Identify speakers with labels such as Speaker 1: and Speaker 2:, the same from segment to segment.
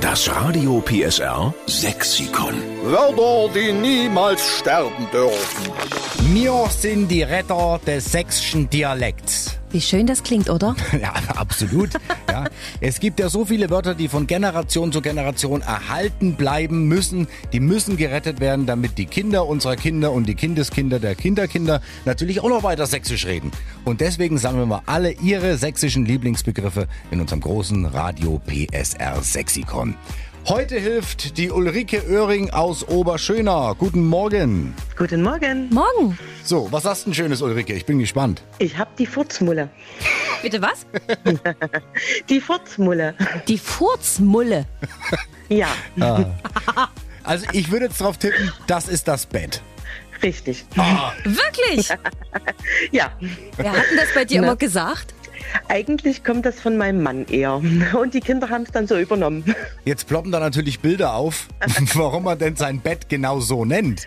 Speaker 1: Das Radio PSR Sexikon.
Speaker 2: Wörter, die niemals sterben dürfen.
Speaker 3: Wir sind die Retter des sächsischen Dialekts.
Speaker 4: Wie schön das klingt, oder?
Speaker 3: Ja, absolut. ja. Es gibt ja so viele Wörter, die von Generation zu Generation erhalten bleiben müssen. Die müssen gerettet werden, damit die Kinder unserer Kinder und die Kindeskinder der Kinderkinder natürlich auch noch weiter sächsisch reden. Und deswegen sammeln wir alle ihre sächsischen Lieblingsbegriffe in unserem großen Radio PSR Sexikon. Heute hilft die Ulrike Oehring aus Oberschöner. Guten Morgen.
Speaker 5: Guten Morgen.
Speaker 4: Morgen.
Speaker 3: So, was hast denn Schönes, Ulrike? Ich bin gespannt.
Speaker 5: Ich hab die Furzmulle.
Speaker 4: Bitte was?
Speaker 5: Die Furzmulle.
Speaker 4: Die Furzmulle.
Speaker 5: Ja,
Speaker 3: Also ich würde jetzt drauf tippen, das ist das Bett.
Speaker 5: richtig.
Speaker 4: Wirklich?
Speaker 5: Ja,
Speaker 4: Wer hat denn das bei dir immer gesagt?
Speaker 5: eigentlich kommt das von meinem Mann eher. Und die Kinder haben es dann so übernommen.
Speaker 3: Jetzt ploppen da natürlich Bilder auf, warum man denn sein Bett genau so nennt.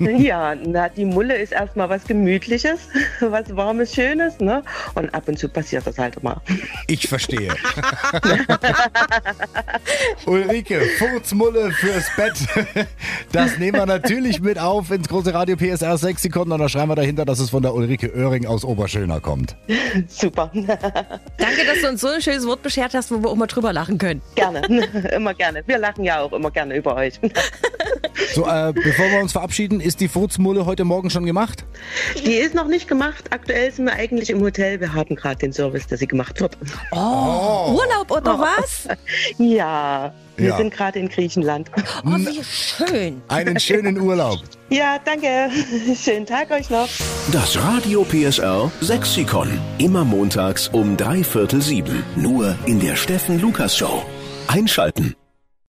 Speaker 5: Ja, na, die Mulle ist erstmal was Gemütliches, was Warmes, Schönes, ne? Und ab und zu passiert das halt immer.
Speaker 3: Ich verstehe. Ulrike, Furzmulle fürs Bett. Das nehmen wir natürlich mit auf ins große Radio PSR Sexikon und dann schreiben wir dahinter, dass es von der Ulrike Oehring aus Oberschöner kommt.
Speaker 5: Super.
Speaker 4: Danke, dass du uns so ein schönes Wort beschert hast, wo wir auch mal drüber lachen können.
Speaker 5: Gerne, immer gerne. Wir lachen ja auch immer gerne über euch.
Speaker 3: So, äh, bevor wir uns verabschieden, ist die Furzmulle heute Morgen schon gemacht?
Speaker 5: Die ist noch nicht gemacht. Aktuell sind wir eigentlich im Hotel. Wir haben gerade den Service, dass sie gemacht wird.
Speaker 4: Urlaub oder was?
Speaker 5: Ja, wir
Speaker 3: Ja.
Speaker 5: sind gerade in Griechenland.
Speaker 4: Oh, wie schön.
Speaker 3: Einen schönen Urlaub.
Speaker 5: Ja, danke. Schönen Tag euch noch.
Speaker 1: Das Radio PSR Sexikon. Immer montags um drei Viertel sieben. Nur in der Steffen Lukas Show. Einschalten.